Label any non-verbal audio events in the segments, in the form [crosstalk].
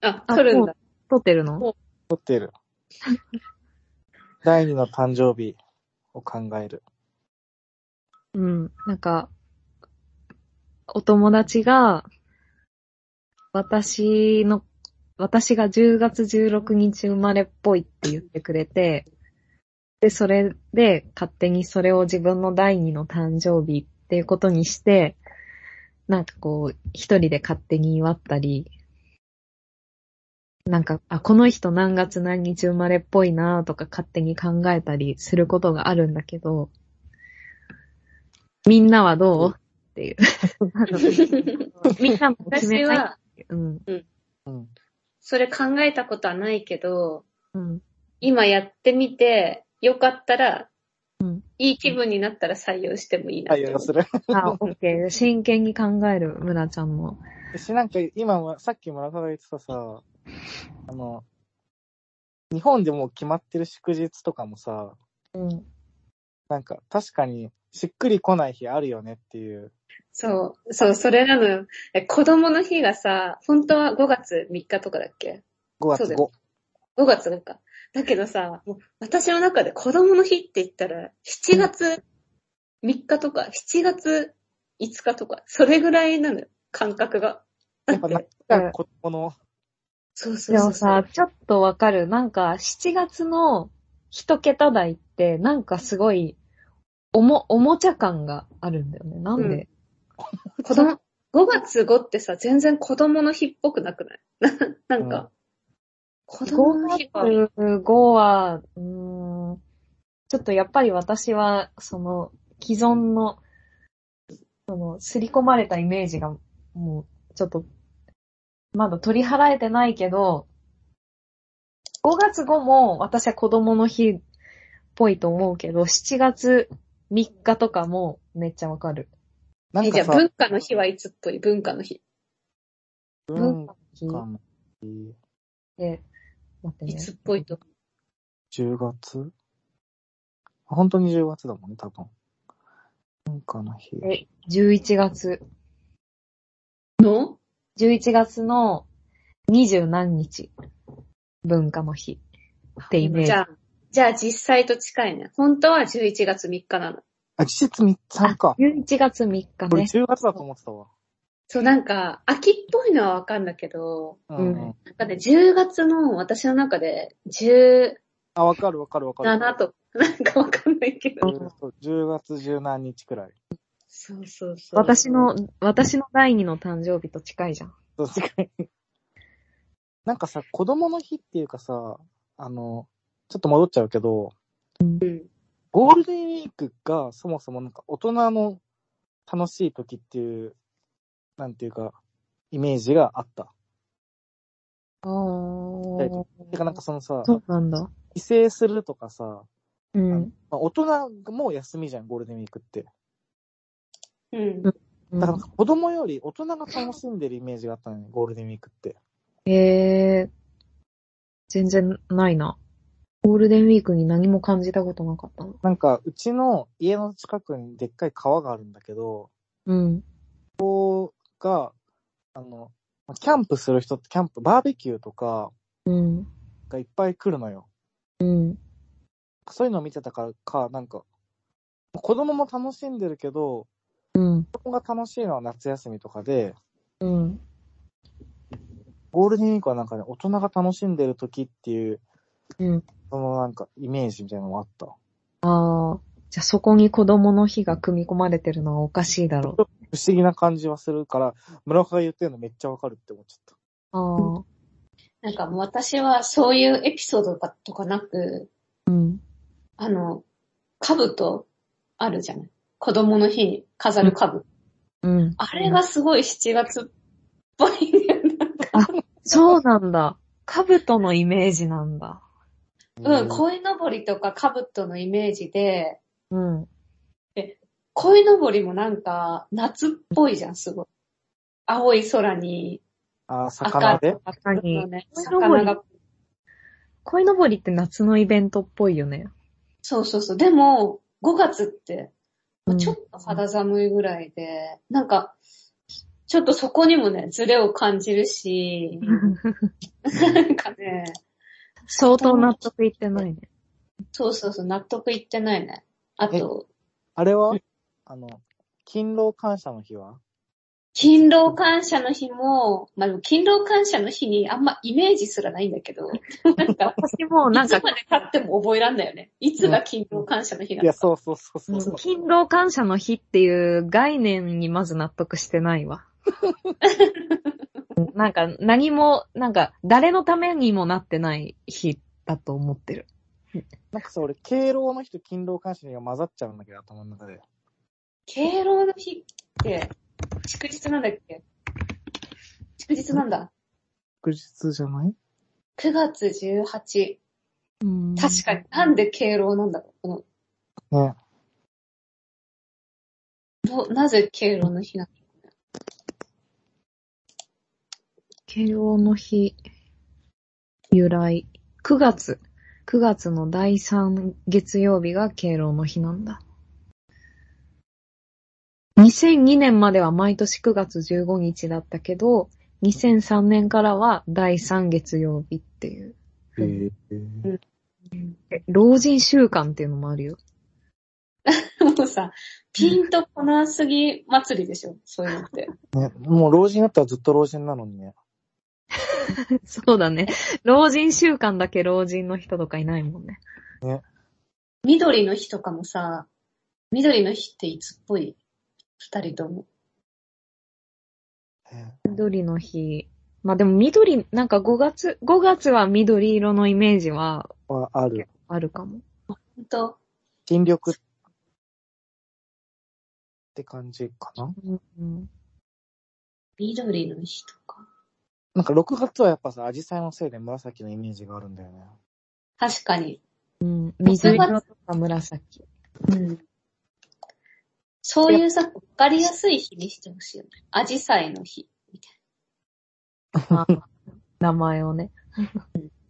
あ、撮るんだ。撮ってるの撮ってる。第二の誕生日を考える。うん、なんか、お友達が、私の、私が10月16日生まれっぽいって言ってくれて、で、それで勝手にそれを自分の第二の誕生日っていうことにして、なんかこう、一人で勝手に祝ったり、なんか、あ、この人何月何日生まれっぽいなとか勝手に考えたりすることがあるんだけど、みんなはどうっていう。あの [laughs] みんなも決私めたい。は、うん。うん。それ考えたことはないけど、うん。今やってみて、よかったら、うんいい気分になったら採用してもいいな採って思用うする。あ、オッケー。真剣に考える、村ちゃんも。し、なんか今も、さっき村田が言ってたさ、あの、日本でもう決まってる祝日とかもさ、うん。なんか確かにしっくりこない日あるよねっていう。そう、そう、それなのよ。え子供の日がさ、本当は5月3日とかだっけ5月そうだ5よ。?5 月なんか。だけどさ、もう私の中で子供の日って言ったら、7月3日とか、7月5日とか、それぐらいなのよ、感覚が。やっぱ夏が子供の、そうそうでそうもそう。さ、ちょっとわかる。なんか、7月の一桁台って、なんかすごい、おも、おもちゃ感があるんだよね。なんで、子供、5月5ってさ、全然子供の日っぽくなくない [laughs] なんうんか、子供の日は、 5月5は、うーん、ちょっとやっぱり私は、その、既存の、その、刷り込まれたイメージが、もう、ちょっと、まだ取り払えてないけど、5月5も私は子供の日っぽいと思うけど、7月3日とかもめっちゃわかる。なえ、んじゃかあさ、文化の日はいつっぽい文化の日。文化日の日、で、待っていね。つっぽいと。 10月本当に10月だもんね、多分。文化の日。え、11月。の11月の二十何日、文化の日ってイメージ。じゃあ、じゃあ実際と近いね。本当は11月3日なの。あ、実質3日か。 11月3日これね。 10月だと思ってたわ。そう、なんか、秋っぽいのはわかんだけど、うんん。なんかね、10月の私の中で17あ、わかるわかるわかる。と、なんか [laughs] わかんないけど。 10そう10月十何日くらい。そうそうそう。私の、私の第二の誕生日と近いじゃん。そう確かに。 [laughs] なんかさ、子供の日っていうかさ、あの、ちょっと戻っちゃうけど、うん、ゴールデンウィークがそもそもなんか大人の楽しい時っていう、なんていうか、イメージがあった。あーてかなんかそのさ、そうなんだ。帰省するとかさ、うん。まあ、大人も休みじゃん、ゴールデンウィークって。うん。だからなんか子供より大人が楽しんでるイメージがあったのよね、ゴールデンウィークって。えー、全然ないな。ゴールデンウィークに何も感じたことなかったな。なんか、うちの家の近くにでっかい川があるんだけど、うん。が、あの、まあキャンプする人ってキャンプ、バーベキューとかうん。がいっぱい来るのよ。うん。そういうのを見てたからか、なんか、子供も楽しんでるけど、うん。子供が楽しいのは夏休みとかで、うん。ゴールデンウィークはなんかね、大人が楽しんでる時っていう、うん。そのなんかイメージみたいなのがあった。ああ。じゃあそこに子供の日が組み込まれてるのはおかしいだろう。不思議な感じはするから、村岡が言ってるのめっちゃわかるって思っちゃっああ。なんかもう私はそういうエピソードがとかなく、うん。あの、兜あるじゃない子供の日に飾る兜。うん。あれがすごい7月っぽいんだよね。そうなんだ。兜のイメージなんだ。た。うん、鯉のぼりとか兜のイメージで、うん。鯉のぼりもなんか夏っぽいじゃん、すごい。青い空に、あー、赤魚とでか魚でのね、鯉のぼり魚が。鯉のぼりって夏のイベントっぽいよね。そうそうそう。でも、5月って、まあうんちょっと肌寒いぐらいで、なんか、ちょっとそこにもね、ズレを感じるし、なんかね、 [laughs] 相当納得いってないね。そうそうそう、納得いってないね。あと、あれはあの、勤労感謝の日は勤労感謝の日も、まあ、でも勤労感謝の日にあんまイメージすらないんだけど、なんか、 [laughs] 私もなんいかつ、まで経っても覚えらんだよね。いつが勤労感謝の日ないのや、か。そうそうそうそう。勤労感謝の日っていう概念にまず納得してない [laughs] わ。なんか何も、なんか誰のためにもなってない日だと思ってる。なんかさ、俺、敬老の日と勤労感謝の日が混ざっちゃうんだけど、頭の中で。敬老の日って、祝日なんだっけ祝日なんだ。祝日じゃない9月18。確かに。に。なんで敬老なんだろう。うんね。どなぜ敬老の日なの慶応の日、由来。9月。9月の第3月曜日が敬老の日なんだ。2002年までは毎年9月15日だったけど、2003年からは第3月曜日っていう。へえ。え老人週間っていうのもあるよ。 [laughs] [laughs] もうさ、ピンとこなすぎ祭りでしょ、そういうのって。ね、もう老人だったらずっと老人なのにね。そうだね。老人週間だけ老人の人とかいないもんね。緑の日とかもさ、緑の日っていつっぽい二人とも。ね緑の日。まあでも緑、なんか5月、5月は緑色のイメージははある。あるかも。ほんと、新緑って感じかなうん、緑の日とか。なんか6月はやっぱさ、アジサイのせいで紫のイメージがあるんだよね。確かに。水色とか紫。うん。そういうさ、わかりやすい日にしてほしいよね。アジサイの日。まあ [laughs] 名前をね。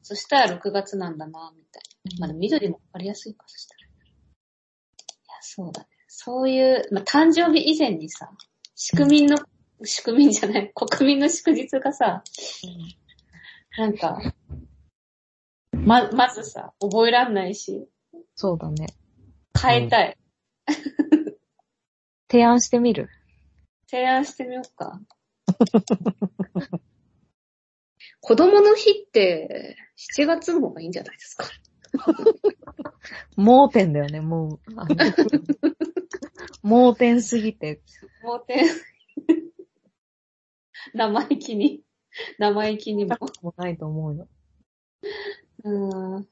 そしたら6月なんだな、みたいな。まあでも緑もわかりやすいか、そしたら。いや、そうだね。そういう、まあ誕生日以前にさ、市民の、市民じゃない、国民の祝日がさ、なんか、ま、まずさ、覚えらんないし、そうだね。変えたい。提案してみる提案してみようか。 [laughs] 子供の日って、7月の方がいいんじゃないですか。盲点だよね、もう。あ [laughs] の盲点すぎて。盲点。 [laughs] 生意気に。生意気にも。もうないと思うよ。うーん。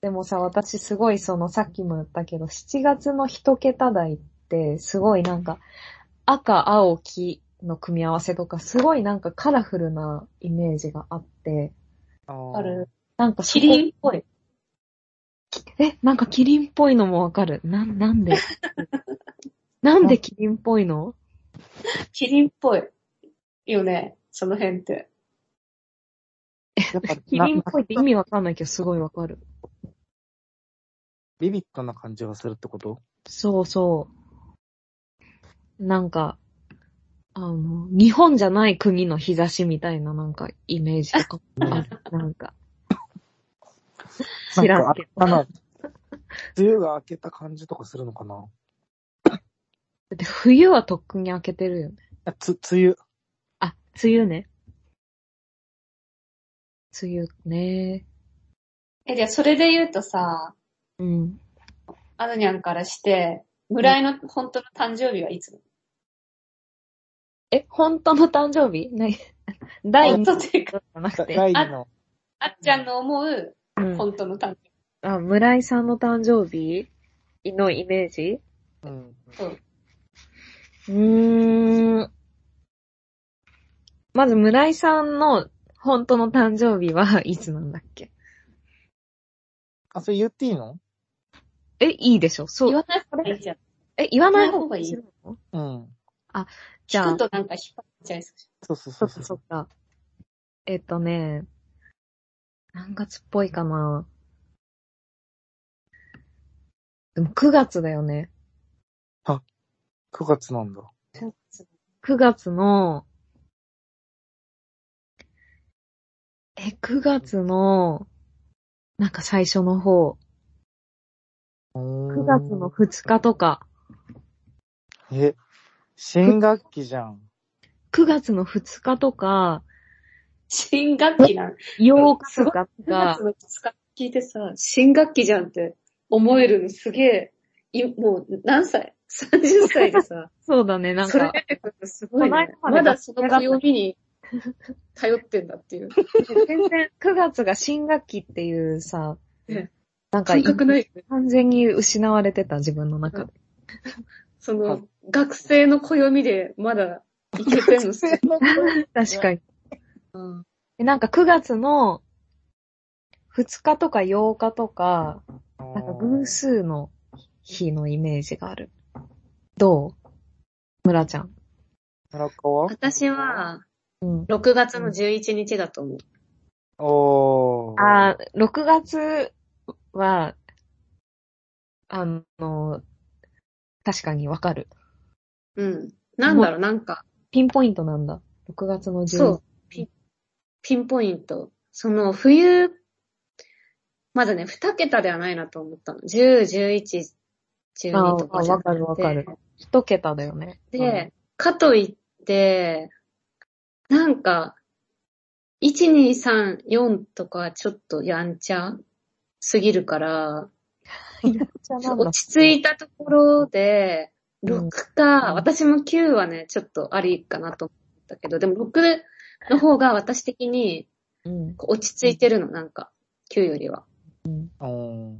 でもさ、私すごいそのさっきも言ったけど、7月の一桁台ってすごいなんか赤、青、黄の組み合わせとかすごいなんかカラフルなイメージがあって、ある。なんかそキこリンっぽい。え、なんかキリンっぽいのもわかる。な、なんでなんでキリンっぽいのキリンっぽい。よね。その辺って。やっぱ、キリンっぽいって意な味わかんないけどすごいわかる。ビビッドな感じがするってことそうそう。なんか、あの、日本じゃない国の日差しみたいななんかイメージとかもある。なんか。知らんけど。あ [laughs] の、梅雨が明けた感じとかするのかなだって冬はとっくに明けてるよね。あつ、梅雨。あ、梅雨ね。梅雨ね。え、じゃあそれで言うとさ、うん。アドニャンからして、村井の本当の誕生日はいつえ、本当の誕生日ね [laughs] 第本2当っていうか、じゃなくて。第二の。あっちゃんの思ううん本当の誕生日。あ、村井さんの誕生日のイメージうん。うーん。まず村井さんの本当の誕生日はいつなんだっけあ、それ言っていいのえ、いいでしょそ言う。わない方がいいじゃん。え、言わない言わない方方ががいいいいよのうん。じゃ聞あく、となんか引っ張っちゃいそう。そうそそうそうっそかうそっか。えっとね、何月っぽいかな。でも9月だよね。 9月なんだ。 9月の、え、9月の、なんか最初の方、9 9月の。2日とか、え、新学期じゃん。 9月の2日とか、新学期なん。 8日とか9が月、の2日聞いてさ、新学期じゃんって思えるのすげえ、いもう何歳 ?30 歳でさ、そうだね、なんそれか、出てくるのすごい、ね。この間までまだその暦に頼ってんだっていう。全然9月が新学期っていうさね、なんか感、覚ないよね。完全に失われてた自分の中で。そはいの、学生の暦でまだいけてんのすごい [laughs] 確かに。うんえなんか9月の2日とか8日とか、なんか偶数の日のイメージがある。どう村ちゃん。村川私は、うん。 6月の11日だと思う。おー。あー6月は、あの、確かにわかる。うん。なんだろう、なんか、ピンポイントなんだ。6月の10そう。ピンピンポイント。その、冬、まだね、2桁ではないなと思ったの。10、11、12とかじゃなくてあわかるわか一桁だよね。で、かといって、なんか、1、2、3、4とかちょっとやんちゃすぎるから、うん、やっちゃなんだ落ち着いたところで、う6んか、うん私も9はね、ちょっとありかなと思ったけど、でも6の方が私的にうん。こう落ち着いてるの、なんか、9よりは。うん。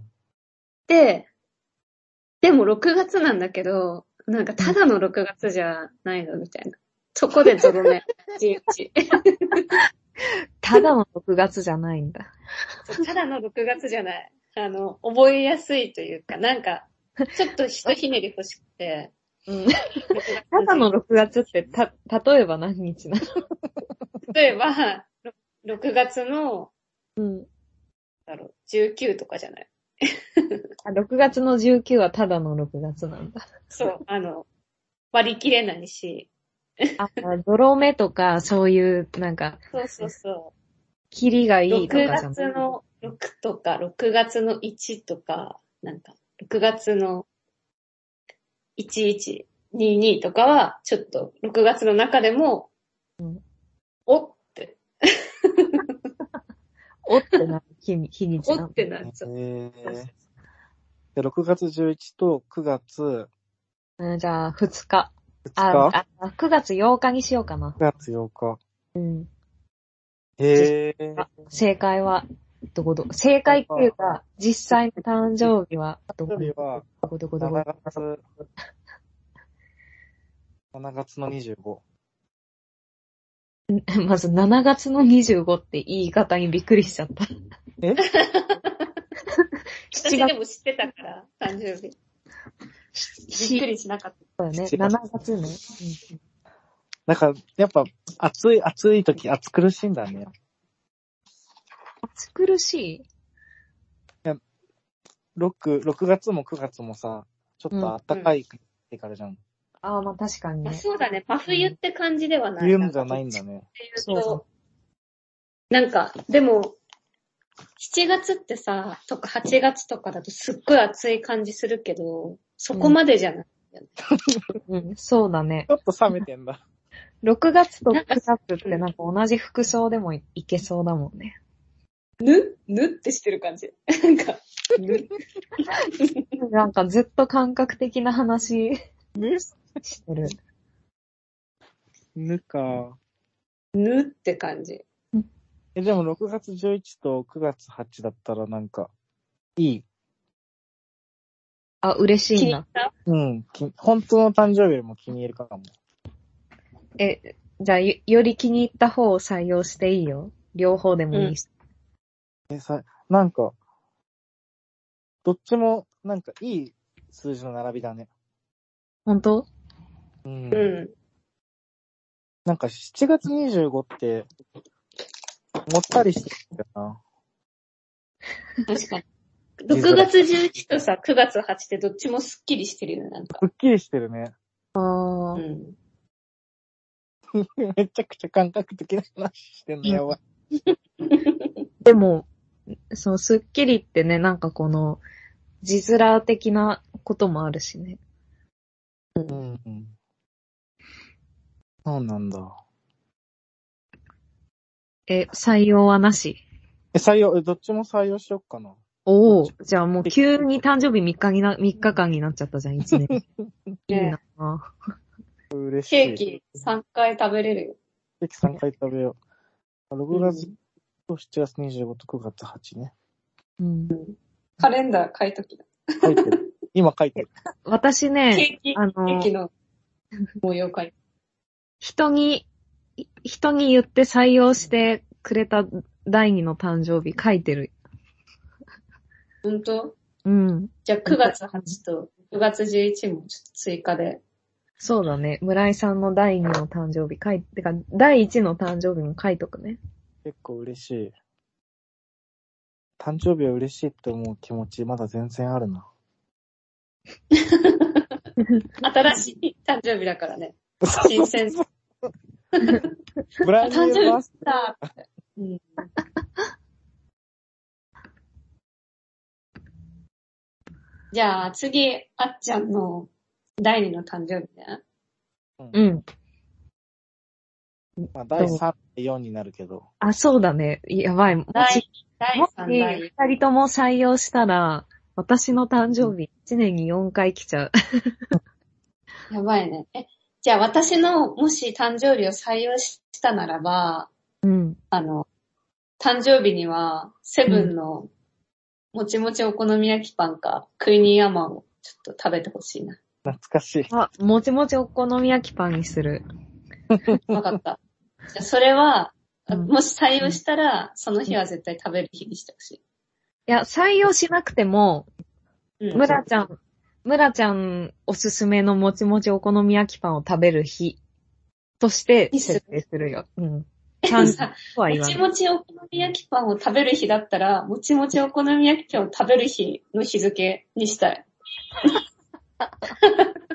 で、でも6月なんだけど、なんかただの6月じゃないのみたいな。そこでゾロ [laughs] 目、11。ただの6月じゃないんだ。ただの6月じゃない。あの、覚えやすいというか、なんか、ちょっとひとひねり欲しくて。ただの6月って、た、例えば何日な例えば、6月の、のうん。だろう、19とかじゃない。あ、6月の19はただの6月なんだ。そう、あの、割り切れないし。あ、ゾロ目とか、そういう、なんか、そうそうそう。キリがいい6とかじゃん。月の6とか、6月の1とか、なんか、6月の1122とかは、ちょっと、6月の中でも、うんおって、おってなる日に、日にちおなんだってなっちゃう。えーで、6月11と9月2うんじゃあ、2日。日あ、あ、9月8日にしようかな ?9。月8日。うん。へえ。あ正解は、どこどこ、正解っていうか、実際の誕生日は、どこ一人はどこどこどこ7。月、7月の25。まず7月の25って言い方にびっくりしちゃった。え私7で月も知ってたから、誕生日。びっくしりしなかっだよね。 7 7月ね。なんか、やっぱ、暑い、暑い時、暑苦しいんだね。暑苦し6、6月も9月もさ、ちょっと暖かいってからじゃん。いああ、まあ確かにた。あね。そうだね、真冬って感じではない。冬じゃないんだね。っていうそうと、なんか、でも、7月ってさ、とか8月とかだとすっごい暑い感じするけど、そこまでじゃない。うん、そうだねち。ょっと冷めてんだ。 6月とな9んか月ってなんか同じ服装でもいいけそうだもんね。ぬぬってしてる感じ。なんか、 [laughs] ぬなんかずっと感覚的な話してる。ぬか。ぬって感じ。え、でも6月11と9月8だったらなんか、いい。あ、嬉気しいに入なっ。たうん。き本当の誕生日よりも気に入るかも。え、じゃあよより気に入った方を採用していいよ。両方でもいいし。え、さ、なんか、どっちも、なんか、いい数字の並びだね。本当うん。うん。なんか、7月25って、もったりしてるんだよな。確かに。6月11とさ、9月8ってどっちもスッキリしてるよね、なんか。くっきりしてるね。 [laughs] あうあ。ん。めちゃくちゃ感覚的な話してんの、やばい。でも、そのスッキリってね、なんかこの、字面的なこともあるしね。うんうん。そうなんだ。え、採用はなし。え、採用、えどっちも採用しよっかな。おお、じゃあもう急に誕生日3日にな、3日間になっちゃったじゃん、1年。 [laughs] いいな嬉しい。ケーキ3回食べれるよ。ケーキ3回食べよう。6月と7月25と9月8ね。うん。カレンダー買いときだ。書いてる。 [laughs] 今書いてる。私ケね、ーキ、ケあのー、キの模様買い。人に、い人に言って採用してくれた第二の誕生日書いてる。本当うん。じゃあ9月8と9月11もちょっと追加で。そうだね。村井さんの第二の誕生日書い、てか、第一の誕生日も書いとくね。結構嬉しい。誕生日は嬉しいって思う気持ち、まだ全然あるな。新しい誕生日だからね。新 [laughs] 鮮さ。ブランド誕生バー日スだってうん。じゃあ次、あっちゃんの第二の誕生日ね。うん。まあ、第3、4になるけど。あ、そうだね。やばい。も第し、第もし、 3第二人とも採用したら、私の誕生日、一年に4回来ちゃう。やばいね。え、じゃあ私のもし誕生日を採用したならば、うん。あの、誕生日にはセブンのもちもちお好み焼きパンかクイニーアマンをちょっと食べてほしいな。懐かしい。あ、もちもちお好み焼きパンにする。わかった。じゃあそれは、うんもし採用したら、その日は絶対食べる日にしてほしいや、採用しなくても、 [laughs] い。うんむらちゃん、むらちゃんおすすめのもちもちお好み焼きパンを食べる日として設定するよ。うん。で誕も生日さ、とは言もわちない。もちお好み焼きパンを食べる日だったら、もちもちお好み焼きパンを食べる日の日付にしたい。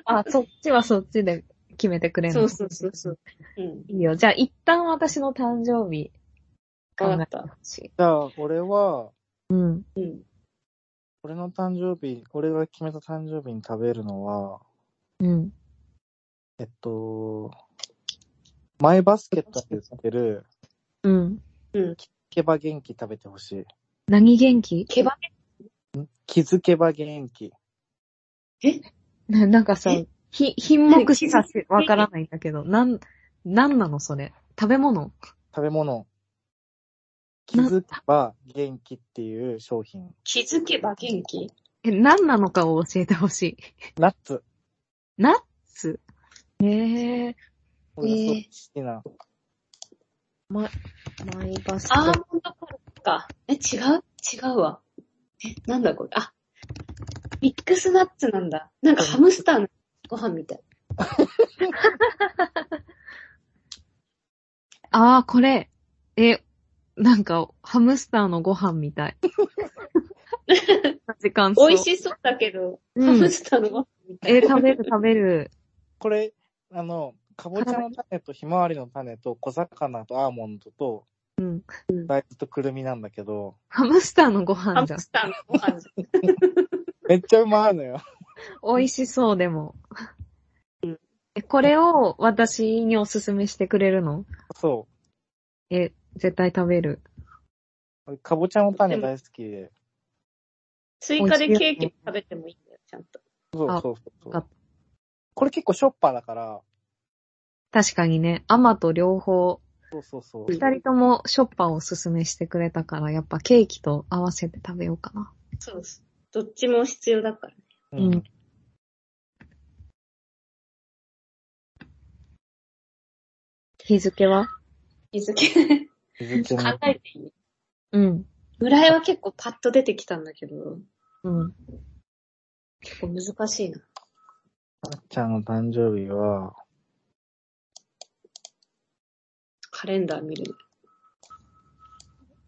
あ、そっちはそっちで決めてくれるの。そうそうそう。うん。いいよ。じゃあ一旦私の誕生日考わかえってたほしい。じゃあ、俺は、うん。うん。俺の誕生日、俺が決めた誕生日に食べるのは、うん。えっと、マイバスケットで売ってる、うん。うん。ケバ元気食べてほしい。何元気ケバ気づけば元気。ななんかさえ、ひ、品目しか気づいてわからないんだけど、なん、なんなのそれ。食べ物食べ物。気づけば元気っていう商品。気づけば元気え、何なのかを教えてほしい。ナッツ。ナッツえええ俺がすごーい好きな。ー、マイバスケアーモンドコーンか。え、違う違うわ。え、なんだこれ。あ、ミックスナッツなんだ。なんかハムスターのご飯みたい。ああ、これ。え、なんか、ハムスターのご飯みたい。時間美味い。しそうだけど、うんハムスターのご飯みたい。えー食べる食べる。これ、あの、かぼちゃの種とひまわりの種と小魚とアーモンドとうん。大豆とくるみなんだけど、ハムスターのごハ飯ムじゃん。スターのご飯じゃん。めっちゃうまいのよ。 [laughs] 美味しそう、でも。え、これを私におすすめしてくれるのそえ、絶対食べる。う。俺かぼちゃの種大好きで。追加でケーキも食べてもいいんだよ、ちゃんと。そうあそうそうそあう。これ結構しょっぱだから、確かにね、アマと両方、そうそうそう。二人ともショッパーをおすすめしてくれたから、やっぱケーキと合わせて食べようかな。そうです。どっちも必要だから。ううん。日付は気づけ。気づけ考ないえていいうん。村井は結構パッと出てきたんだけど、うん。結構難しいな。あっちゃんの誕生日は、カレンダー見るの。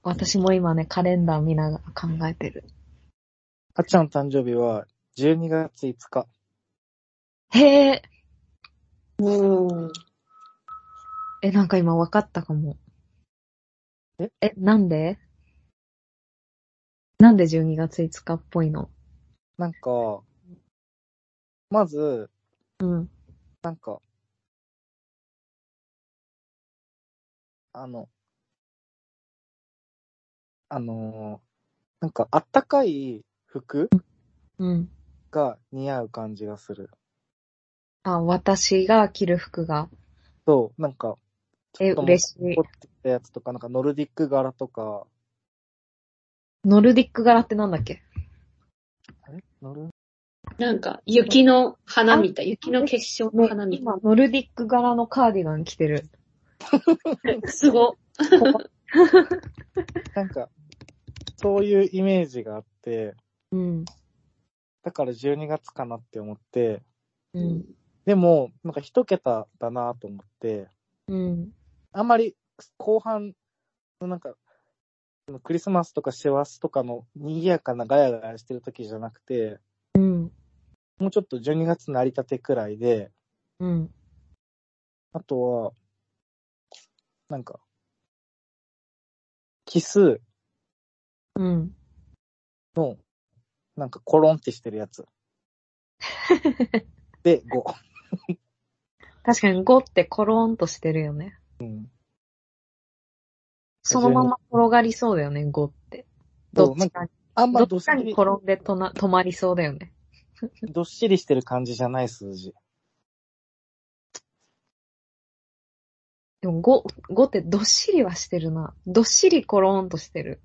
私も今ね、カレンダー見ながら考えてる。あっちゃんの誕生日は12月5日。へえ、うん。え、なんか今分かったかも。ええ、なんでなんで12月5日っぽいのなんか、まず、うん。なんか、あの、あのーなんかあったかい服うん。が似合う感じがする。あ、私が着る服が。そう、なんか、え、とも嬉しい凝。ってきたやつとか、なんかノルディック柄とか、ノルディック柄ってなんだっけあれノルなんか、雪の花みたい。雪の結晶の花みた今、ノルディック柄のカーディガン着てる。い。すご。なんか、そういうイメージがあって、うん。だから12月かなって思って、うん。でも、なんか一桁だなと思って、うん。あんまり後半のなんか、クリスマスとか師走とかの賑やかなガヤガヤしてる時じゃなくて、うん。もうちょっと12月成り立てくらいで、うん。あとは、なんか、奇数うん。の、なんかコロンってしてるやつ。で、5。確かに5ってコロンとしてるよね。うん。そのまま転がりそうだよね、5って。どっなちんかかに、あんまどどっっちしかにり、転んでとな止まりそうだよね。どっしりしてる感じじゃない数字。でも5、5ってどっしりはしてるな。どっしりコロンとしてる。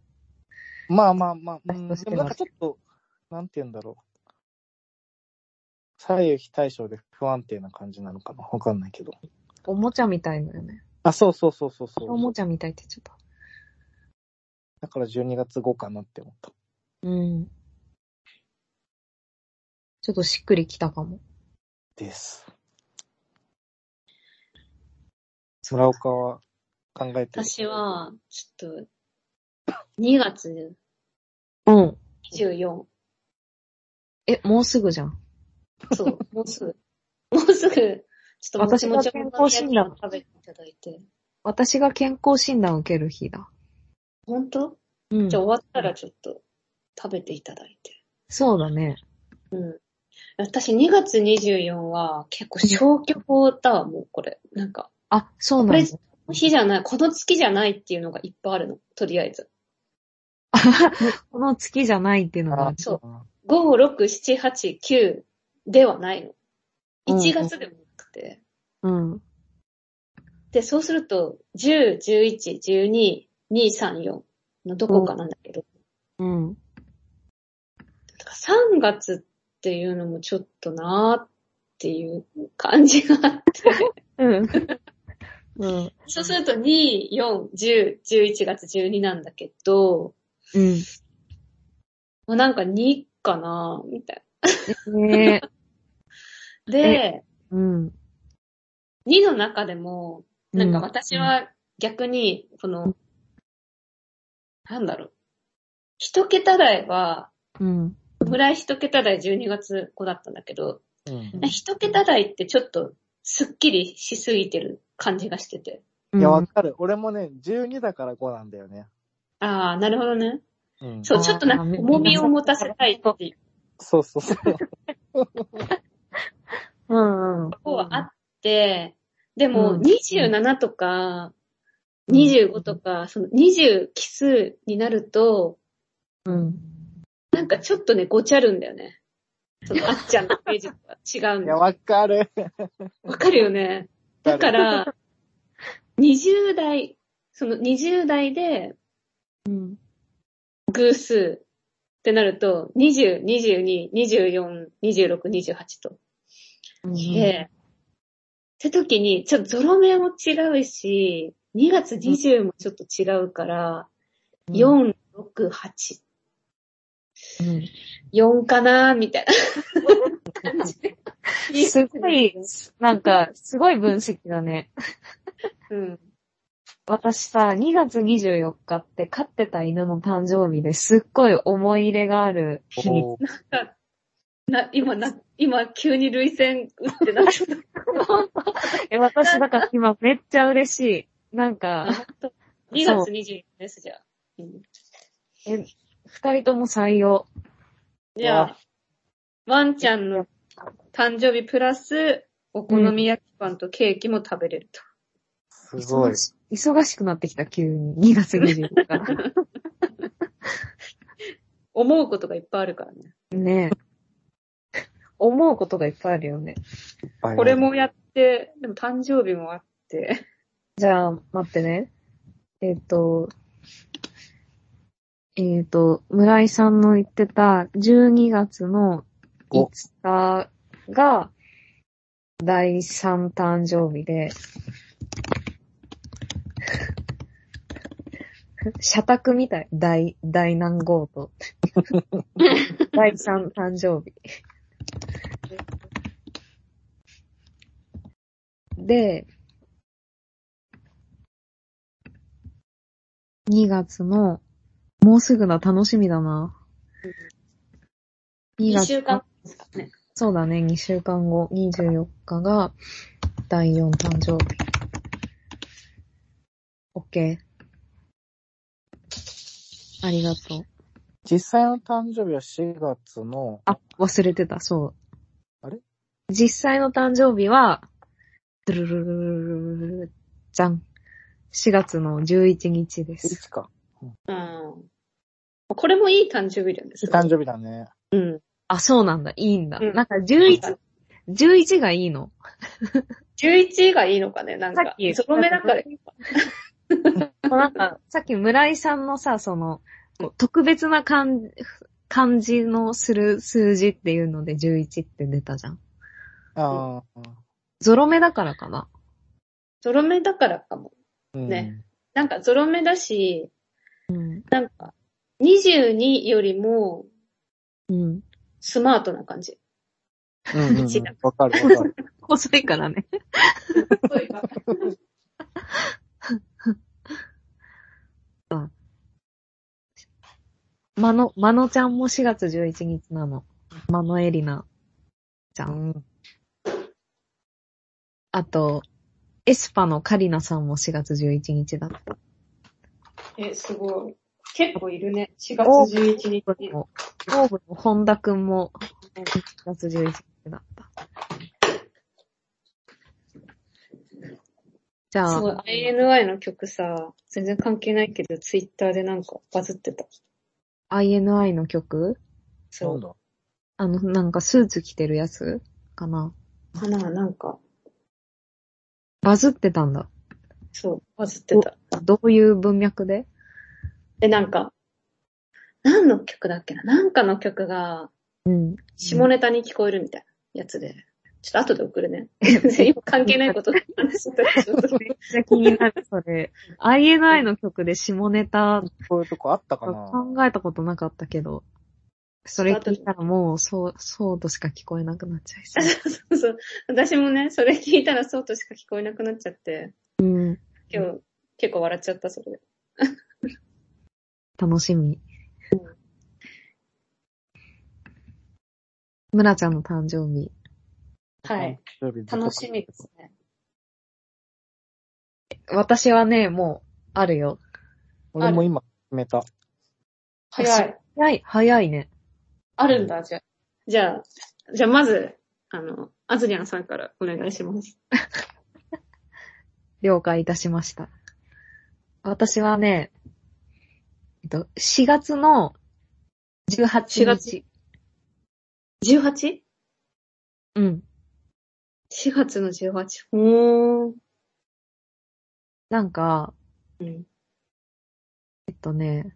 まあまあまあ、うん私としでてもはなんかちょっと、なんて言うんだろう。左右非対称で不安定な感じなのかなわかんないけど。おもちゃみたいだよね。あ、そうそうそうそうおそう。もちゃみたいって言っちゃっだから12月5かなって思った。た。うん。ちょっとしっくりきたかも。です。村岡は考えてる。私は、ちょっと、2月うん。 24。え、もうすぐじゃん。 [laughs] そう、もうすぐ。もうすぐ、ちょっともちもち私が健康診断もちもち焼きを食べていただいて。私が健康診断を受ける日だ。本当うんじゃあ終わったらちょっと食べていただいて。そうだね。うん。私2月24は結構消去法だわ、もうこれ。なんか、あ、そうこなんれ、だこ。の日じゃない、この月じゃないっていうのがいっぱいあるの。とりあえず。この月じゃないっていうのがあ、そううん。 5、6、7、8、9ではないの。1月でもなくて。うん。で、そうすると、10、11、12、2、3、4のどこかなんだけど、うん。だから3月っていうのもちょっとなーっていう感じがあって、うん。うん。そうすると2、4、10、11月12なんだけど、うん。まあなんか2かなーみたいねえ。な。で、うん。 2の中でも、なんか私は逆に、この、うんなんだろう、一桁台は、うん、村井一桁台12月子だったんだけど、うん。一桁台ってちょっとスッキリしすぎてる感じがしてて。うん。いや、わかる。俺もね、12だから5なんだよね。ああ、なるほどね。うん。そう、ちょっとなんか重みを持たせたいっていうそうそうそう。うんうん。方はあって、でうもん27とか25とか、その20奇数になると、うん。なんかちょっとね、ごちゃるんだよね。そのあっちゃんのページとは違 [laughs] うんいだや、よ。わかる。わかるよね。だから、20代、その20代でうん。偶数ってなると、20、22、24、26、28と。うんで、って時に、ちょっとゾロ目も違うし、2月20もちょっと違うから、4、6、8、4かなみたいな感じでうん。すごい、なんか、すごい分析だね。うん。私さ、2月24日って飼ってた犬の誕生日ですっごい思い入れがある日におーな、今な、今急に類線打って [laughs] なった。え、私、だから今めっちゃ嬉しい。なんか、 2月24です、じゃあ。うんえ、二人とも採用。じゃうあ、ワンちゃんの誕生日プラス、お好み焼きパンとケーキも食べれると。すごい [laughs] 忙。し忙しくなってきた、急に。2月24日。思うことがいっぱいあるからね。 [laughs] ねえ思うことがいっぱいあるよね。これ。もやって、でも誕生日もあって。じゃあ、待ってね。えっ、と、えっ、と、村井さんの言ってた12月の5日が第3誕生日で、 [laughs] 社宅みたい。第、第何号と。第3誕生日。で、2月の、もうすぐな楽しみだな。2 2月週間ですかね。そうだね、2週間後、24日が、第4誕生日。OK。ありがとう。実際の誕生日は4月の、あ、忘れてた、そう。あれ実際の誕生日は、ドゥルルルルルルルルじゃん。4月の11日でいす。つか。うん。これもいい誕生日なんですよ。誕生日だね。うん。あ、そうなんだ、いいんだ。うんなんか11、11がいいの。 11がいいのかねなんさかっ。きゾロ目だから。 [laughs] なんか、さっき村井さんのさ、その、こう特別な感じ、感じのする数字っていうので11って出たじゃん。ああ。ゾロ目だからかな。ゾロ目だからかも。うんね。なんかゾロ目だし、うん。なんか、22よりもうん。スマートな感じ。うんうんう [laughs] ん違うわかるわかる。細いからね。まの、まのちゃんも4月11日なの。まのえりなちゃ。うんんあと、エスパのカリナさんも4月11日だった。え、すごい。結構いるね。4月お11日。オーブの本田くんも4月11日だった。じゃあ、すごい。INI の曲さ、全然関係ないけど、ツイッターでなんかバズってた。 INI の曲なそんう。だあの、なんかスーツ着てるやつかな。かな、なんか、バズってたんだ。そう、バズってた。どういう文脈でで、なんか、何の曲だっけななんかの曲が、うん。下ネタに聞こえるみたいなやつで。ちょっと後で送る [laughs] ね。 [laughs] 今関係ないこと話してたらちょっとめっちゃ気になる、それ。INI の曲で下ネタこういうとこあったかな考えたことなかったけど、それ聞いたらもう、そう、そうとしか聞こえなくなっちゃいそう。そうそう。私もね、それ聞いたらそうとしか聞こえなくなっちゃって、 [laughs] うん。今日、結構笑っちゃった、それで。楽しみ。むらちゃんの誕生日。はい。誕生日どこか楽しみですね。私はね、もう、あるよ。俺も今決めた。早い。早い、早いね。あるんだ、じゃあ。じゃあ、じゃあまず、あの、アズリアンさんからお願いします。了解いたしました。私はね、えっと、4月の18日。 4月 18?4 うん。月の18。ほー。なんか、うん。えっとね、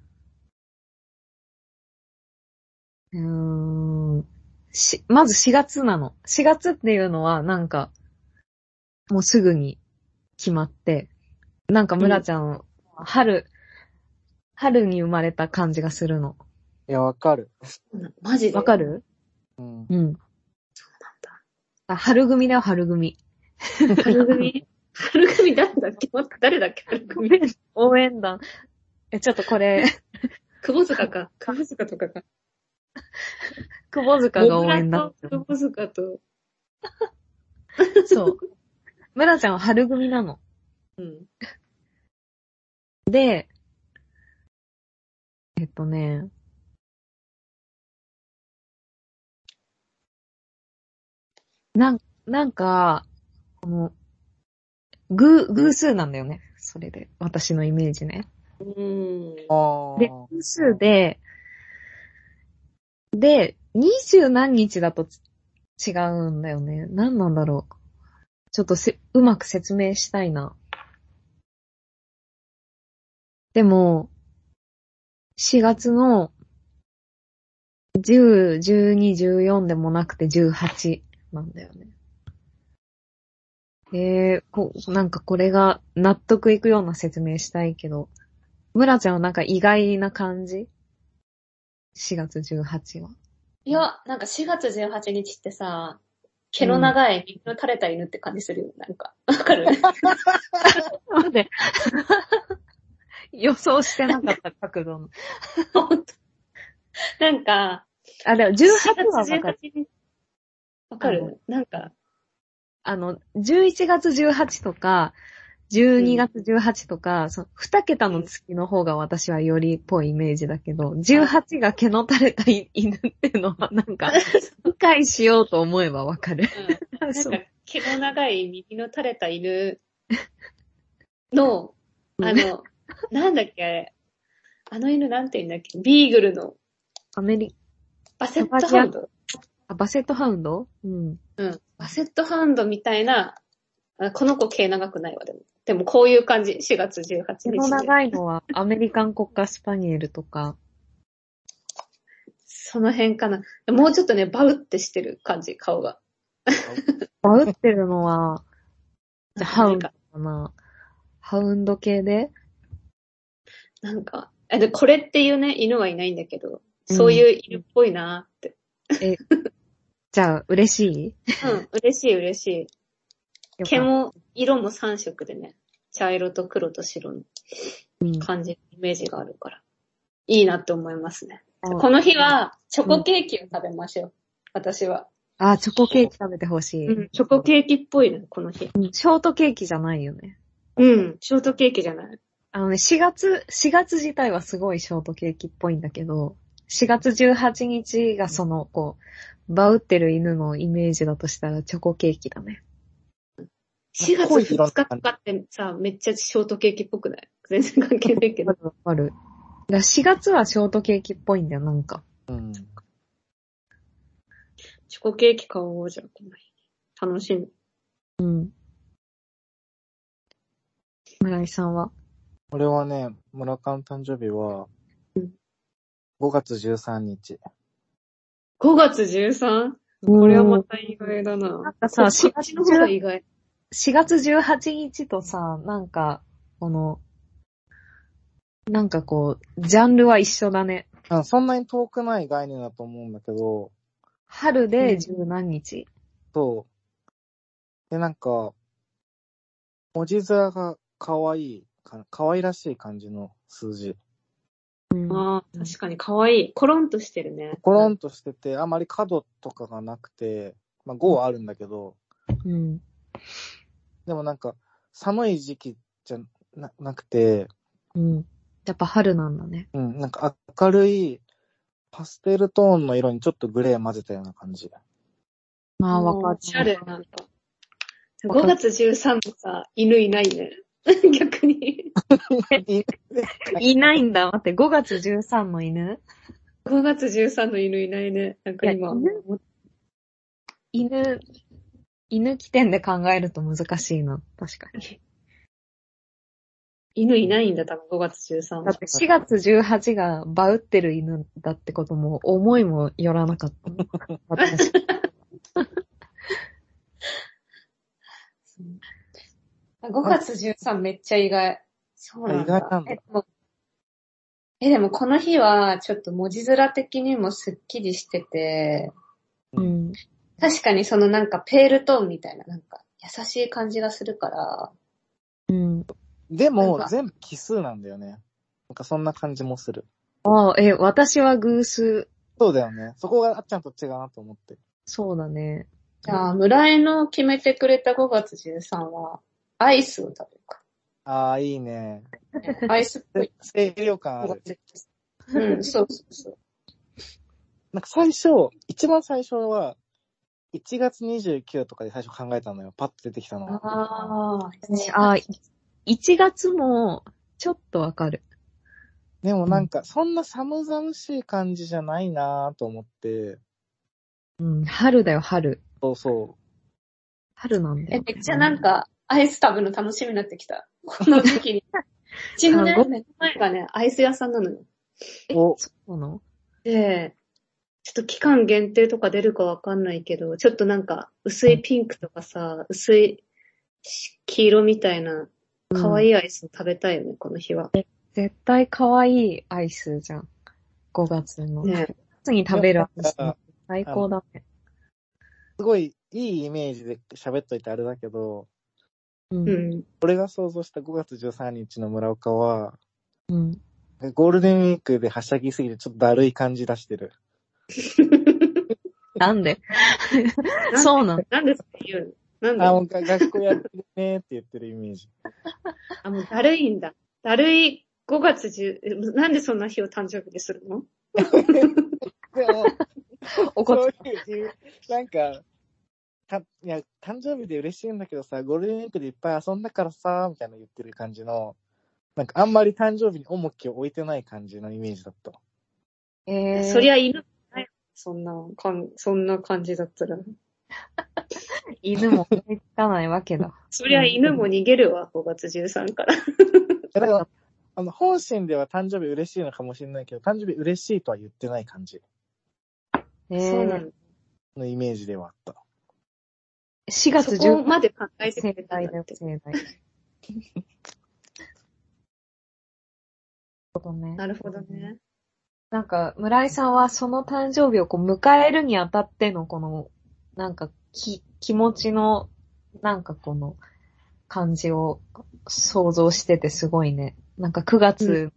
うーん、し、まず4月なの。4月っていうのは、なんか、もうすぐに決まって、なんか村ちゃんは、春、春に生まれた感じがするの。いや、わかる。マジで。わかるうん。うん。あ、春組だよ、[laughs] 春組。春組春組誰だっけ待って誰だっけ春組。応援団。え、ちょっとこれ、 [laughs] 窪塚か。窪塚とかか。久保塚が応援団。小倉と窪塚と。そう。村ちゃんは春組なの。 [laughs] うん。で、えっとね、なん、なんか、この、偶、偶数なんだよね。それで、私のイメージね。うん。ああ。で、偶数で、で、二十何日だと違うんだよね。何なんだろう。ちょっとせ、うまく説明したいな。でも、4月の10、12、14でもなくて18なんだよね。えー、こ、なんかこれが納得いくような説明したいけど、村ちゃんはなんか意外な感じ ?4 月18は。いや、なんか4月18日ってさ、毛の長い耳の垂れた犬って感じするよ、なんか。わか [laughs] る待って。予想してなかった角度の。なんか、 [laughs] あ、でも18 18は月分か18る。日。わかるなんか、あの、11月18とか、12月18とか、その2桁の月の方が私はよりっぽいイメージだけど、18が毛の垂れた犬っていうのはなん [laughs] か、理解しようと思えばわかる。うんなんそかう、毛の長い耳の垂れた犬の、あの、なんだっけ、あれ。あの犬なんて言うんだっけビーグルの、アメリバセットハウンドカ、バセットハウンドうん。バセットハウンドみたいな、あこの子毛長くないわ、でも。でもこういう感じ、4月18日毛で。の長いのはアメリカン国家スパニエルとか、その辺かな。もうちょっとね、バウってしてる感じ、顔が。バウってるのは、じゃあハウなんンドかかな。ハウンド系でなんか、えで、これっていうね、犬はいないんだけど、そういう犬っぽいなって。じゃあ、嬉しいうん、嬉しい嬉しい。よ毛かっも、色も3色でね、茶色と黒と白のうん感じ、イメージがあるから、いいなって思いますね。たこの日は、チョコケーキを食べましょう。私は。あ、チョコケーキ食べてほしい、うん、チョコケーキっぽいね、この日。うんショートケーキじゃないよね。うん、ショートケーキじゃない。あのね、4月、4月自体はすごいショートケーキっぽいんだけど、4月18日がその、こう、バウってる犬のイメージだとしたらチョコケーキだね。 4月濃い色2の日とかってさ、めっちゃショートケーキっぽくない全然関係ないけわど。かるわかる。だ4月はショートケーキっぽいんだよ、なんか。うん。チョコケーキ買おうじゃん、この日。楽しみ。うん。村井さんは俺はね、村上誕生日はうん、 5月13日。 5月 13? ここれはまた意外だな。なんかさこっちの方が意外。 4月18日とさ、なんか、この、なんかこう、ジャンルは一緒だね。あそんなに遠くない概念だと思うんだけど、春でうん十何日。そう。で、なんか、文字面が可愛いか、可愛らしい感じの数字。うんああ、確かに可愛い。コロンとしてるね。コロンとしてて、あまり角とかがなくて、まあ5はあるんだけど、うん。でもなんか、寒い時期じゃななくて、うん。やっぱ春なんだね。うん、なんか明るい、パステルトーンの色にちょっとグレー混ぜたような感じ。まあわかおる。しゃれなんか。わ5かる月13もさ、犬いないね。 [laughs] 逆に。いないんだ。待って、5月13の犬5月13の犬いないね。なんいかや、今。犬、犬、犬起点で考えると難しいな。確かに。犬いないんだ、多分5月13だはっ。て4月18がバウってる犬だってことも思いもよらなかった。 [laughs] 私。 5月13めっちゃ意外。そうなんだ。意外なんだえでもえ、でもこの日はちょっと文字面的にもスッキリしてて、うん。確かにそのなんかペールトーンみたいな、なんか優しい感じがするから、うん。でなもんか、全部奇数なんだよね。なんかそんな感じもする。ああ、え、私は偶数。そうだよね。そこがあっちゃんと違うなと思って。そうだね。じゃあ村井の決めてくれた5月13は、アイスを食 [laughs] ああ、いいね。べるか。アイスっぽい。清涼感ある。うん、そうそうそう。なんか最初、一番最初は、 1月29とかで最初考えたのよ。パッと出てきたのは。ああ、ねあ1月も、ちょっとわかる。でもなんか、そんな寒々しい感じじゃないなぁと思って、うん、春だよ、春。そうそ春なんだえ、よ。めっちゃなんか、アイス食べるの楽しみになってきた。この時期 [laughs] に。うちのねあご、目の前がね、アイス屋さんなのよ。う。お、そうなので、ちょっと期間限定とか出るかわかんないけど、ちょっとなんか、薄いピンクとかさ、薄いし黄色みたいな、可愛い。いアイスを食べたいよね、この日は。絶対可愛いアイスじゃん。5月の。ね5月に食べるアイスなんか最高だね。すごいいいイメージで喋っといてあれだけど、う。うんん。俺が想像した5月13日の村岡は、うん。ゴールデンウィークではしゃぎすぎてちょっとだるい感じ出してる。なんでそうなんだ。なんでそう言うのあ、なんもでうが学校やってるねって言ってるイメ [laughs] ージ。あ、もうだるいんだ。だるい5月10、なんでそんな日を誕生日でするのでも、怒そっういう理由、なんか、た、いや、誕生日で嬉しいんだけどさ、ゴールデンウィークでいっぱい遊んだからさ、みたいな言ってる感じの、なんかあんまり誕生日に重きを置いてない感じのイメージだった。えー、そりゃ犬もないそんなかん、そんな感じだったら。犬も追いつかないわけだ。そりゃ犬も逃げるわ、5月13から。だから、あの、本心では誕生日嬉しいのかもしれないけど、誕生日嬉しいとは言ってない感じえそうなんだ。のイメージではあった。 4月そ10こ日まで考えてく盛れ [laughs] たん大だだっよ、て。盛大。ことねなるほど。ね。なんか、村井さんはその誕生日をこう迎えるにあたってのこの、なんか、き、気持ちの、なんかこの、感じを想像しててすごいね。なんか9月、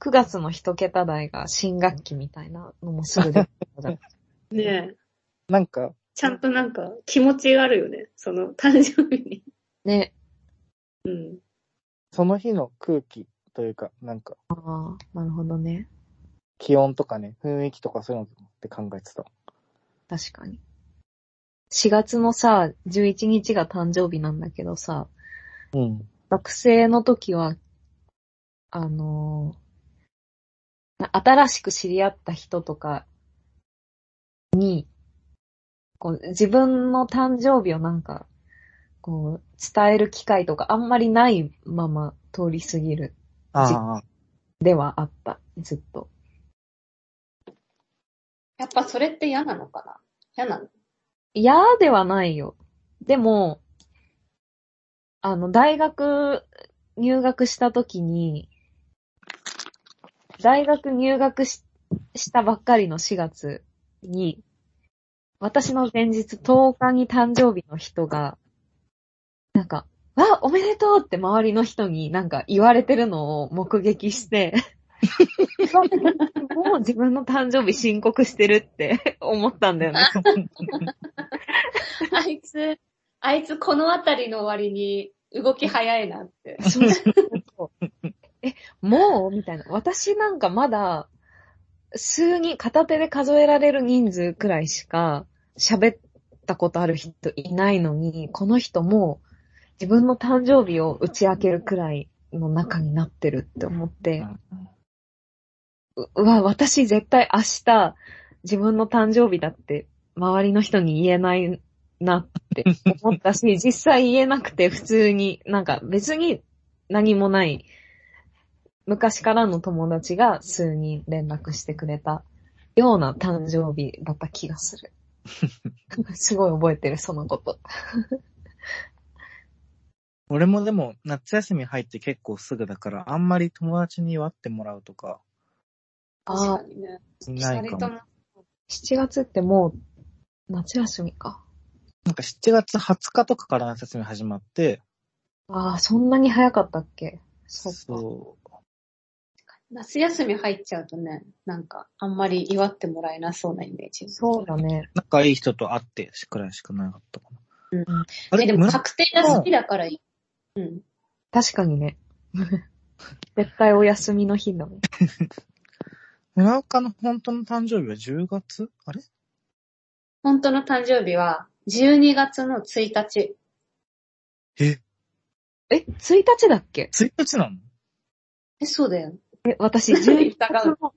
9月の一桁台が新学期みたいなのもすぐ [laughs] できたじゃんねえ。なんか、ちゃんとなんか気持ちがあるよね。その誕生日に。ね。うん。その日の空気というか、なんか、ああ、なるほどね。気温とかね、雰囲気とかそういうのって考えてた。確かに。4月のさ、11日が誕生日なんだけどさ、うん。学生の時は、あのーな新しく知り合った人とかに、こう自分の誕生日をなんか、こう、伝える機会とかあんまりないまま通り過ぎるああ、ではあった、ずっと。やっぱそれって嫌なのかな嫌なの嫌ではないよ。でも、あの、大学入学した時に、大学入学ししたばっかりの4月に、私の前日10日に誕生日の人が、なんか、わ、おめでとうって周りの人になんか言われてるのを目撃して、もう自分の誕生日申告してるって思ったんだよね。 [laughs] あいつ、あいつこのあたりの割に動き早いなって。そうそう。え、もうみたいな。私なんかまだ、数人、片手で数えられる人数くらいしか喋ったことある人いないのに、この人もう自分の誕生日を打ち明けるくらいの中になってるって思って、ううわ、私絶対明日自分の誕生日だって周りの人に言えないなって思った [laughs] し、実際言えなくて普通に、なんか別に何もない、昔からの友達が数人連絡してくれたような誕生日だった気がす [laughs] る。すごい覚えてる、そのこと。俺もでも、夏休み入って結構すぐだから、あんまり友達に祝ってもらうとか、ああ、にね。いないかも。 7月ってもう夏休みか。なんか7月20日とかから夏休み始まって、ああ、そんなに早かったっけそっか。そう。夏休み入っちゃうとね、なんか、あんまり祝ってもらえなそうなイメージ。そうだね。仲いい人と会ってしくらいしかなかったかな。んあえ、れででもも確定が好きだからいい。うん。確かにね。 [laughs] 絶対お休みの日だね。村岡の本当の誕生日は10月あれ本当の誕生日は、12月の1日。え、1日だっけ1日なのえ、そうだよ。え、私、11月の、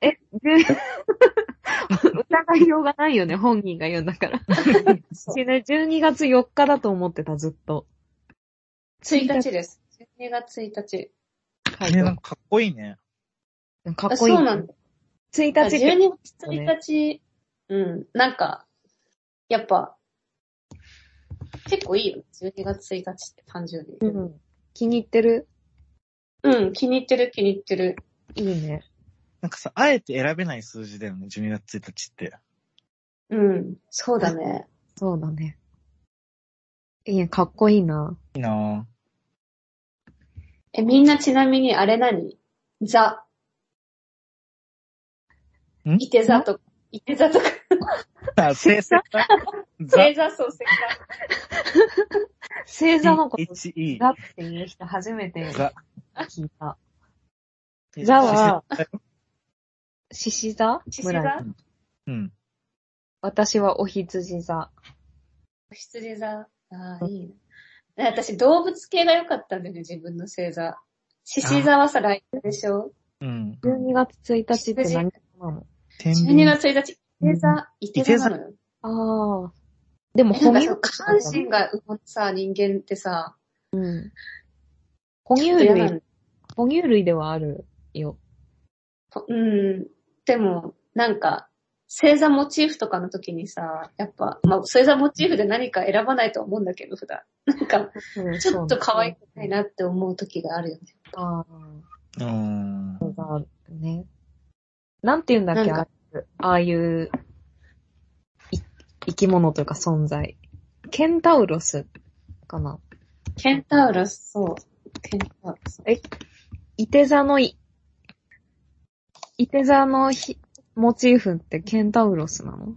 え、10 [laughs] 疑いようがないよね、本人が言うんだから。 [laughs] そう私ね、12月4日だと思ってた、ずっと。 1日です。12月1日。はね、なんかかっこいいね。かあっこいい。そうなんだ。 1日って12月1日、うん、なんか、やっぱ、結構いいよね。12月1日って誕生日。うん、気に入ってるうん、気に入ってる気に入ってる。いいね。なんかさ、あえて選べない数字だよね、12月1日って。うん、そうだね。そうだね。いや、かっこいいな。いいなえ、みんなちなみにあれ何ザ。んいて座とか、いて座とか、ぁ。あ、成績だ。正座創世星座のこと、 1位。ザっていう人初めてザ。聞いた。ザザは、獅子座獅子ぐらい座うん。私はお羊座。羊座。ああ、いいね。私、動物系が良かったんだよね、自分の星座。獅子座はさ、来年でしょうん。 12月1日って何なの天 ?12 秤。月1日、伊手座、伊手座なのよ。ああ。でも、な哺んか乳さ、下半身が動くさ、人間ってさ、うん。哺乳嫌な類の、哺乳類ではあるよ。うん。でも、なんか、星座モチーフとかの時にさ、やっぱ、まあ、星座モチーフで何か選ばないと思うんだけど、普 [laughs] 段。なんか、ちょっと可愛くないなって思う時があるよね。あうん。あ、ね。なんて言うんだっけなんあかあいうい生き物というか存在。ケンタウロスかな。ケンタウロス、そう。ケンタウロス。いて座のい、いて座のひモチーフってケンタウロスなの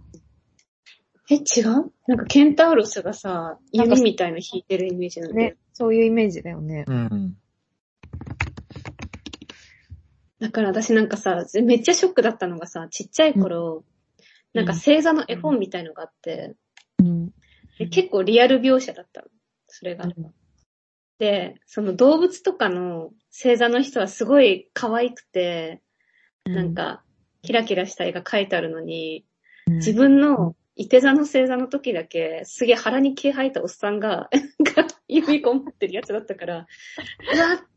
え、違うなんかケンタウロスがさ、なんか弓みたいな弾いてるイメージなんだよね、そういうイメージだよね。うん。だから私なんかさ、めっちゃショックだったのがさ、ちっちゃい頃、うんなんか星座の絵本みたいのがあって、うん。で結構リアル描写だったの。それが。で、その動物とかの星座の人はすごい可愛くて、なんか、キラキラした絵が描いてあるのに、うん、自分の、いて座の星座の時だけ、すげえ腹に毛生えたおっさんが、なんか、指こもってるやつだったから、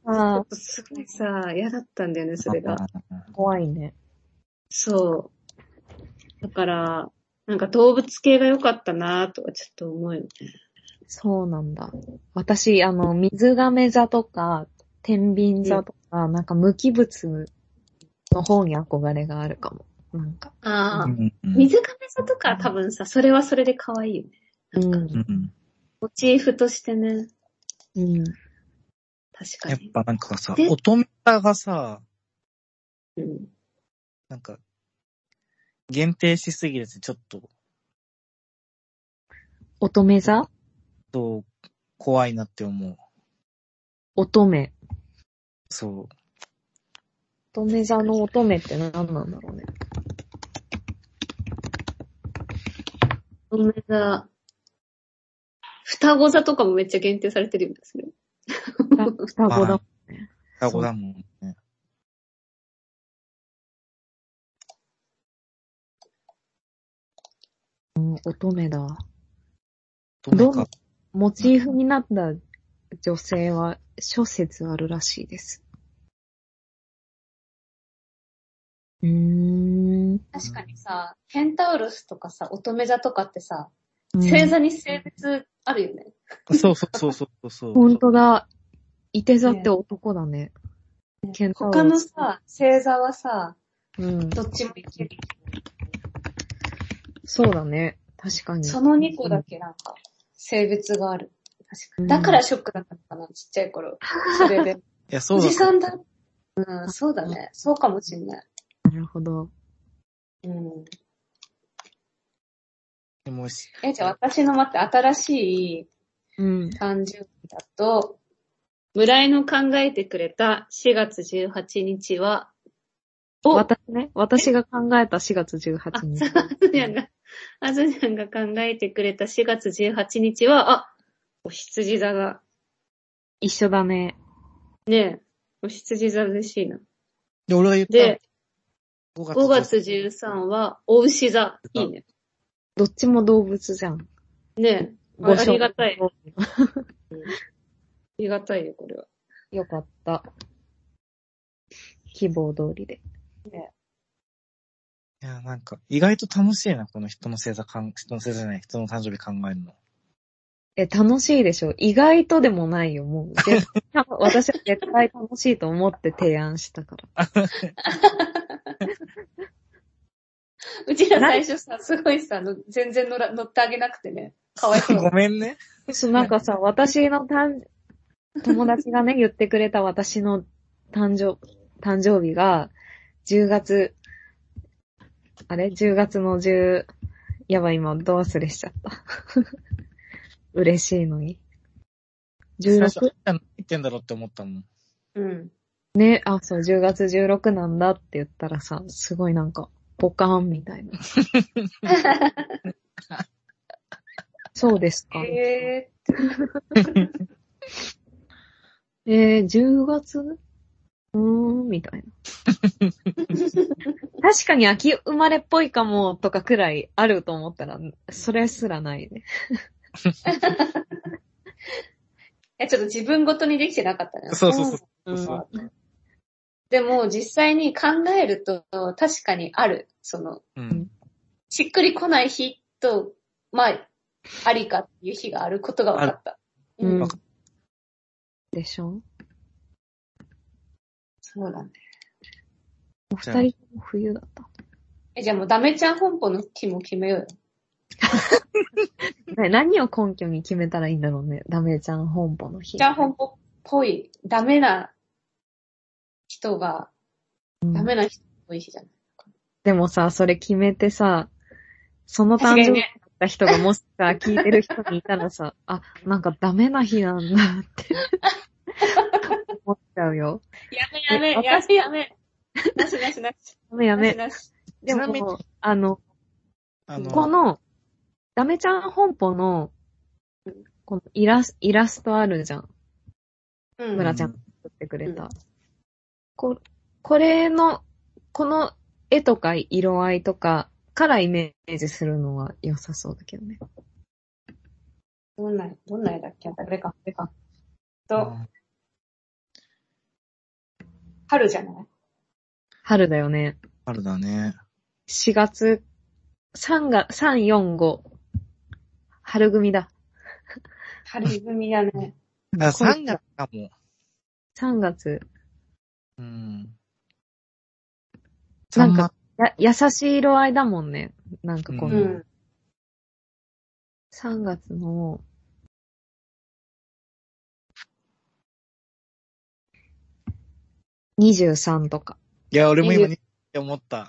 うわちょ [laughs] あっとすごいさ、嫌だったんだよね、それが。ー怖いね。そう。だから、なんか動物系が良かったなとはちょっと思うよね。そうなんだ。私、あの、水亀座とか、天秤座とか、なんか無機物の方に憧れがあるかも。なんか。ああ、うん。水亀座とかは多分さ、それはそれで可愛いよね。う。うんん。モチーフとしてね、うん。確かやっに。ぱなんかさ、で乙女座がさ、うん、なんか、限定しすぎてて、ちょっと、乙女座と、怖いなって思う。乙女。そう。乙女座の乙女って何なんだろうね。ごめんな。双子座とかもめっちゃ限定されてるよね、それ。双子だ。双子だもんね。うん、乙女だ。乙女か。モチーフになった女性は諸説あるらしいです。うーん。確かにさ、ケンタウロスとかさ、乙女座とかってさ、うん星座に性別あるよね。そうそうそうそうそう。ほんとだ。いて座って男だね。ケンタウロス他の、さ、星座はさ、うん。どっちもいける。そうだね。確かに。その2個だけなんか、性別がある。確かうんに。だからショックだったのかな、ちっちゃい頃。それ [laughs] で。いや、そおうだじ。さんだ。うん、そうだね。そうかもしんない。なるほど。うん。でもし、え、じゃあ私の待って、新しいうん。誕生日だと、村井の考えてくれた4月18日は、お私ね、私が考えた4月18あ、日。そうなんだ。あずちゃんが考えてくれた4月18日は、あ、お羊座が、一緒だね。ねえ、お羊座嬉しいな。で、俺が言ったで、の5月13は、お牛座。いいね。どっちも動物じゃん。ねえ、あごありがたい。あよりがたいよ、これは。かった。希望通りで。いや、なんか、意外と楽しいな、この人の星座かん、人の星座じゃない、人の誕生日考えるの。え、楽しいでしょ意外とでもないよ、もう。絶 [laughs] 対私は絶対楽しいと思って提案したから。うちら最初さ、すごいさ、の全然乗ら乗ってあげなくてね。かわいそう。 [laughs] ごめんね。そう、なんかさ、私の誕、友達がね、言ってくれた私の誕生、誕生日が、10月、あれ ?10 月の10、やばい、今、ど忘れしちゃった。 [laughs] 嬉しいのに。最初 16? 何言ってんだろうって思ったもん。うん。ね、あ、そう、10月16なんだって言ったらさ、すごいなんか、ポカーンみ [laughs] たいな。そうですか。ええー、10月うーん、みたい [laughs] な。確かに秋生まれっぽいかもとかくらいあると思ったら、それすらないね。え、ちょっと自分ごとにできてなかったね。そうそうそう。うんそうでも実際に考えると確かにある。その、うん。しっくりこない日と、まあ、ありかっていう日があることが分かった。ううんん。でしょそうだね。お二人とも冬だった。え、じゃあもうダメちゃん本舗の日も決めようよ。ね何を根拠に決めたらいいんだろうね。ダメちゃん本舗の日。ちゃん本舗っぽい、ダメな人が、うんダメな人っぽい日じゃない。でもさ、それ決めてさ、その誕生日だった人がもしさ、聞いてる人にいたらさ、あ、なんかダメな日なんだって [laughs] 思っちゃうよ。やめやめ、やめやめ。なしなしなし。ダメやめ。なしなし。でちなみにも、あの、あこの、の、ダメちゃん本舗の、このイラスイラストあるじゃん。う村ん。ちゃんが作ってくれた。うんここれの、この絵とか色合いとかからイメージするのは良さそうだけどね。どんな、どんな絵だっけあれか、あれか。と、春じゃない春だよね。あるだね。 4月、3が、3、4、5。春組だ。春組だね。あ、3月かも。 3月。うん。なんかや、優しい色合いだもんね。なんかこうの、ん。 3月の、23とか。いや、俺も今にって思った。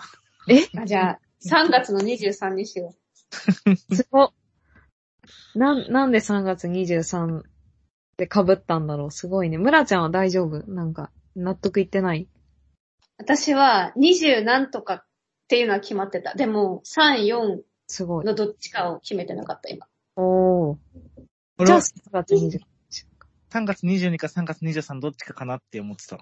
あじゃあ、3月の23にしよ。すごっ。なん、なんで3月23で被ったんだろうすごいね。村ちゃんは大丈夫なんか、納得いってないう私は20何とかっていうのは決まってた。でも、3、4すごい。のどっちかを決めてなかった、今。おー。俺じゃあ3は月23。 3月22か3月23どっちかかなって思ってた。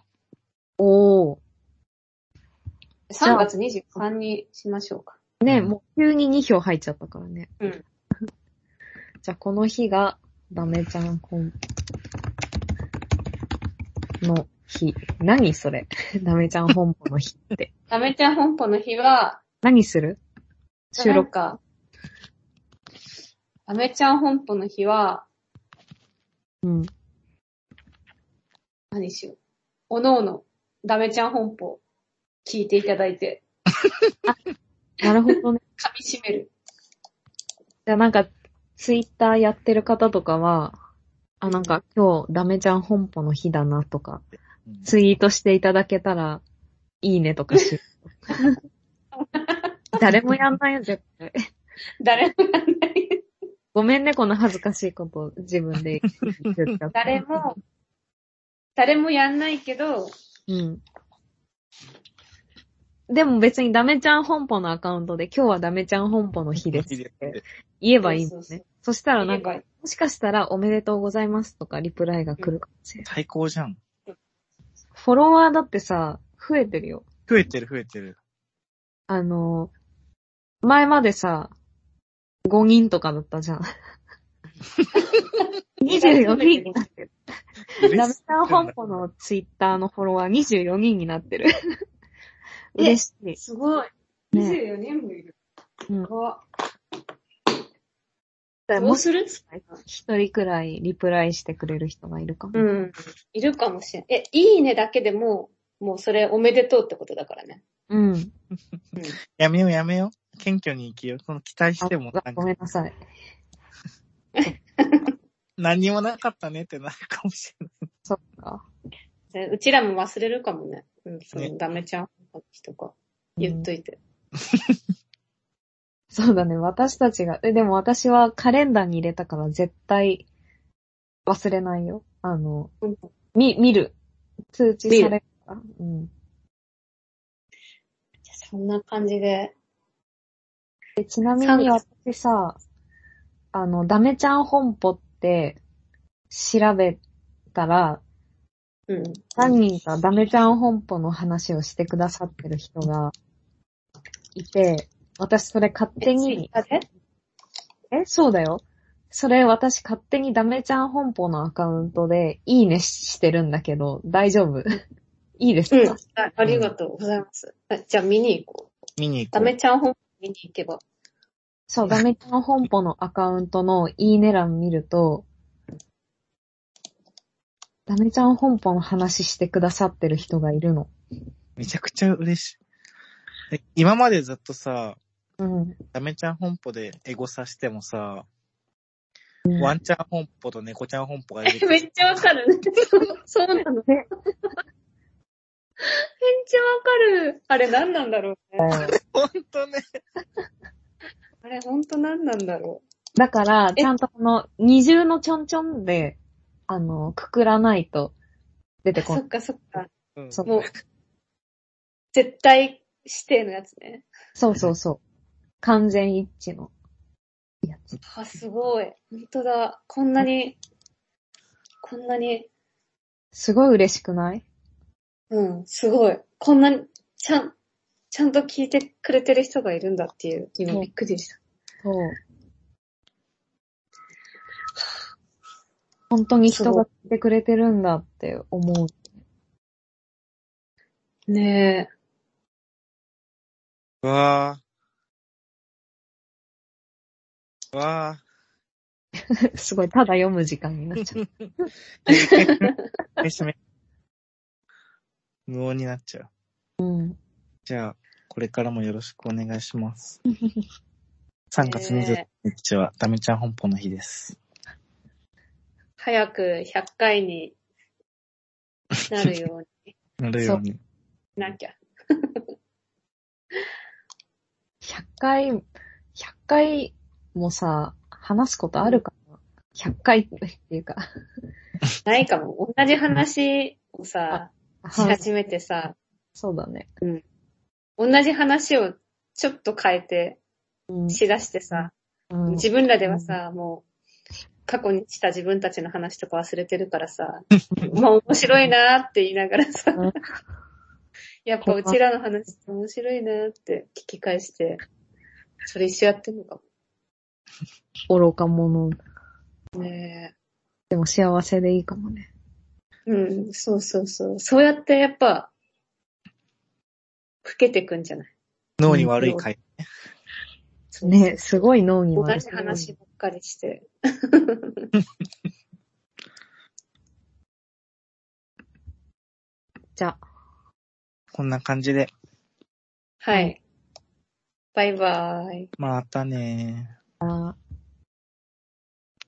おー。ゃあ3月23にしましょうか。ね、うんもう急に2票入っちゃったからね。うん。 [laughs] じゃあこの日が、ダメちゃんコンの日。何それ [laughs] ダメちゃん本舗の日って。ダメちゃん本舗の日は、何する収なん録。か、ダメちゃん本舗の日は、うん。何しよう。おのおの、ダメちゃん本舗、聞いていただいて、なるほどね。 [laughs] 噛み締める。じゃあなんか、ツイッターやってる方とかは、あ、なんか今日ダメちゃん本舗の日だなとか、うんツイートしていただけたら、いいねとかし。誰もやんないよ、絶対。誰もやんない。ごめんね、この恥ずかしいことを自分で言っちゃった誰も、誰もやんないけど、うん。でも別にダメちゃん本舗のアカウントで、今日はダメちゃん本舗の日ですって言えばいいんだそね。うそうそうそしたらなんか言えばい、もしかしたらおめでとうございますとかリプライが来るかもしれない。最高じゃん。フォロワーだってさ、増えてるよ。増えてる増えてる。あの、前までさ、5人とかだった [laughs] じゃん。24人になってる。ダメちゃん本舗のツイッターのフォロワー24人になって [laughs] る。え嬉しい。すごい。ね24人もいる。うん怖だからどもうしする一人くらいリプライしてくれる人がいるかも。うん。いるかもしれん。え、いいねだけでもう、もうそれおめでとうってことだからね。うん。やめようやめよう。謙虚に生きよう。その期待あしても、なんかごめんなさい。何にもなかったねってなるかもしれそっか。でうちらも忘れるかもね。うん、そねのダメちゃんとか言っといて。そうだね、私たちが。え、でも私はカレンダーに入れたから絶対忘れないよ。あの、うんみ、見る。通知されるから。うん。じゃあそんな感じで。でちなみ三に月私さ、あの、ダメちゃん本舗って調べたら、うん。何人かダメちゃん本舗の話をしてくださってる人がいて、私それ勝手に、え Twitter でえ、そうだよ。それ私勝手にダメちゃん本舗のアカウントでいいねしてるんだけど、大丈夫 [laughs] いいですか、うん。あありがとうございます。あじゃあ見に行こう。ん。見に行こダう。メちゃん本見に行けば。そう、ダメちゃん本舗のアカウントのいいね欄見ると、ダメちゃん本舗の話してくださってる人がいるの。めちゃくちゃ嬉しい。え今までずっとさ、うん。ダメちゃん本舗でエゴさしてもさ、うんワンちゃん本舗と猫ちゃん本舗が出て [laughs] めっちゃわかる。 [laughs] そう [laughs] なの。めっねちゃわかる。あれ何なんだろうね。ほんとね。あれほんと何なんだろだから、えちゃんとこの二重のちょんちょんで、あの、くくらないと出う。てこそないっ。かそっか。うんそうもう、絶対指定のやつね。そうそうそう。完全一致のやつ。あ、すごい。本当だ。こんなに、こんなに、すごい嬉しくないうん、すごい。こんなに、ちゃん、ちゃんと聞いてくれてる人がいるんだっていう、今うんびっくりした。そう。本当に人が来てくれてるんだって思う。 [laughs] ねうわぁ。うわすごい、ただ読む時間になっちゃう。ぁ。えし [laughs] め無音になっちゃう。うん。じゃあ、これからもよろしくお願いします。3月20ね日はダメちゃん本舗の日です。早く100回になるようになるように。なきゃ。 100回、100回もさ、話すことあるかな ?100 回っていうか、ないかも。同じ話をさ、し話始めてさ、 [laughs] そうだね。同じ話をちょっと変えて、うん。しだしてさ、うん自分らではさ、もう、過去にした自分たちの話とか忘れてるから [laughs] さ、まあ面白いなーって言いながらさうん、やっぱうちらの話って面白いなーって聞き返して、それ一緒やってんのか愚か者。もね。でも幸せでいいかもね。うん、そうそうそう。そうやってやっぱ、老けてくんじゃない脳に悪いそ回。うそうね、すごい脳に同悪いじ話ばっかりして。じゃあ、こんな感じで。はい。バイバーイ。またねー。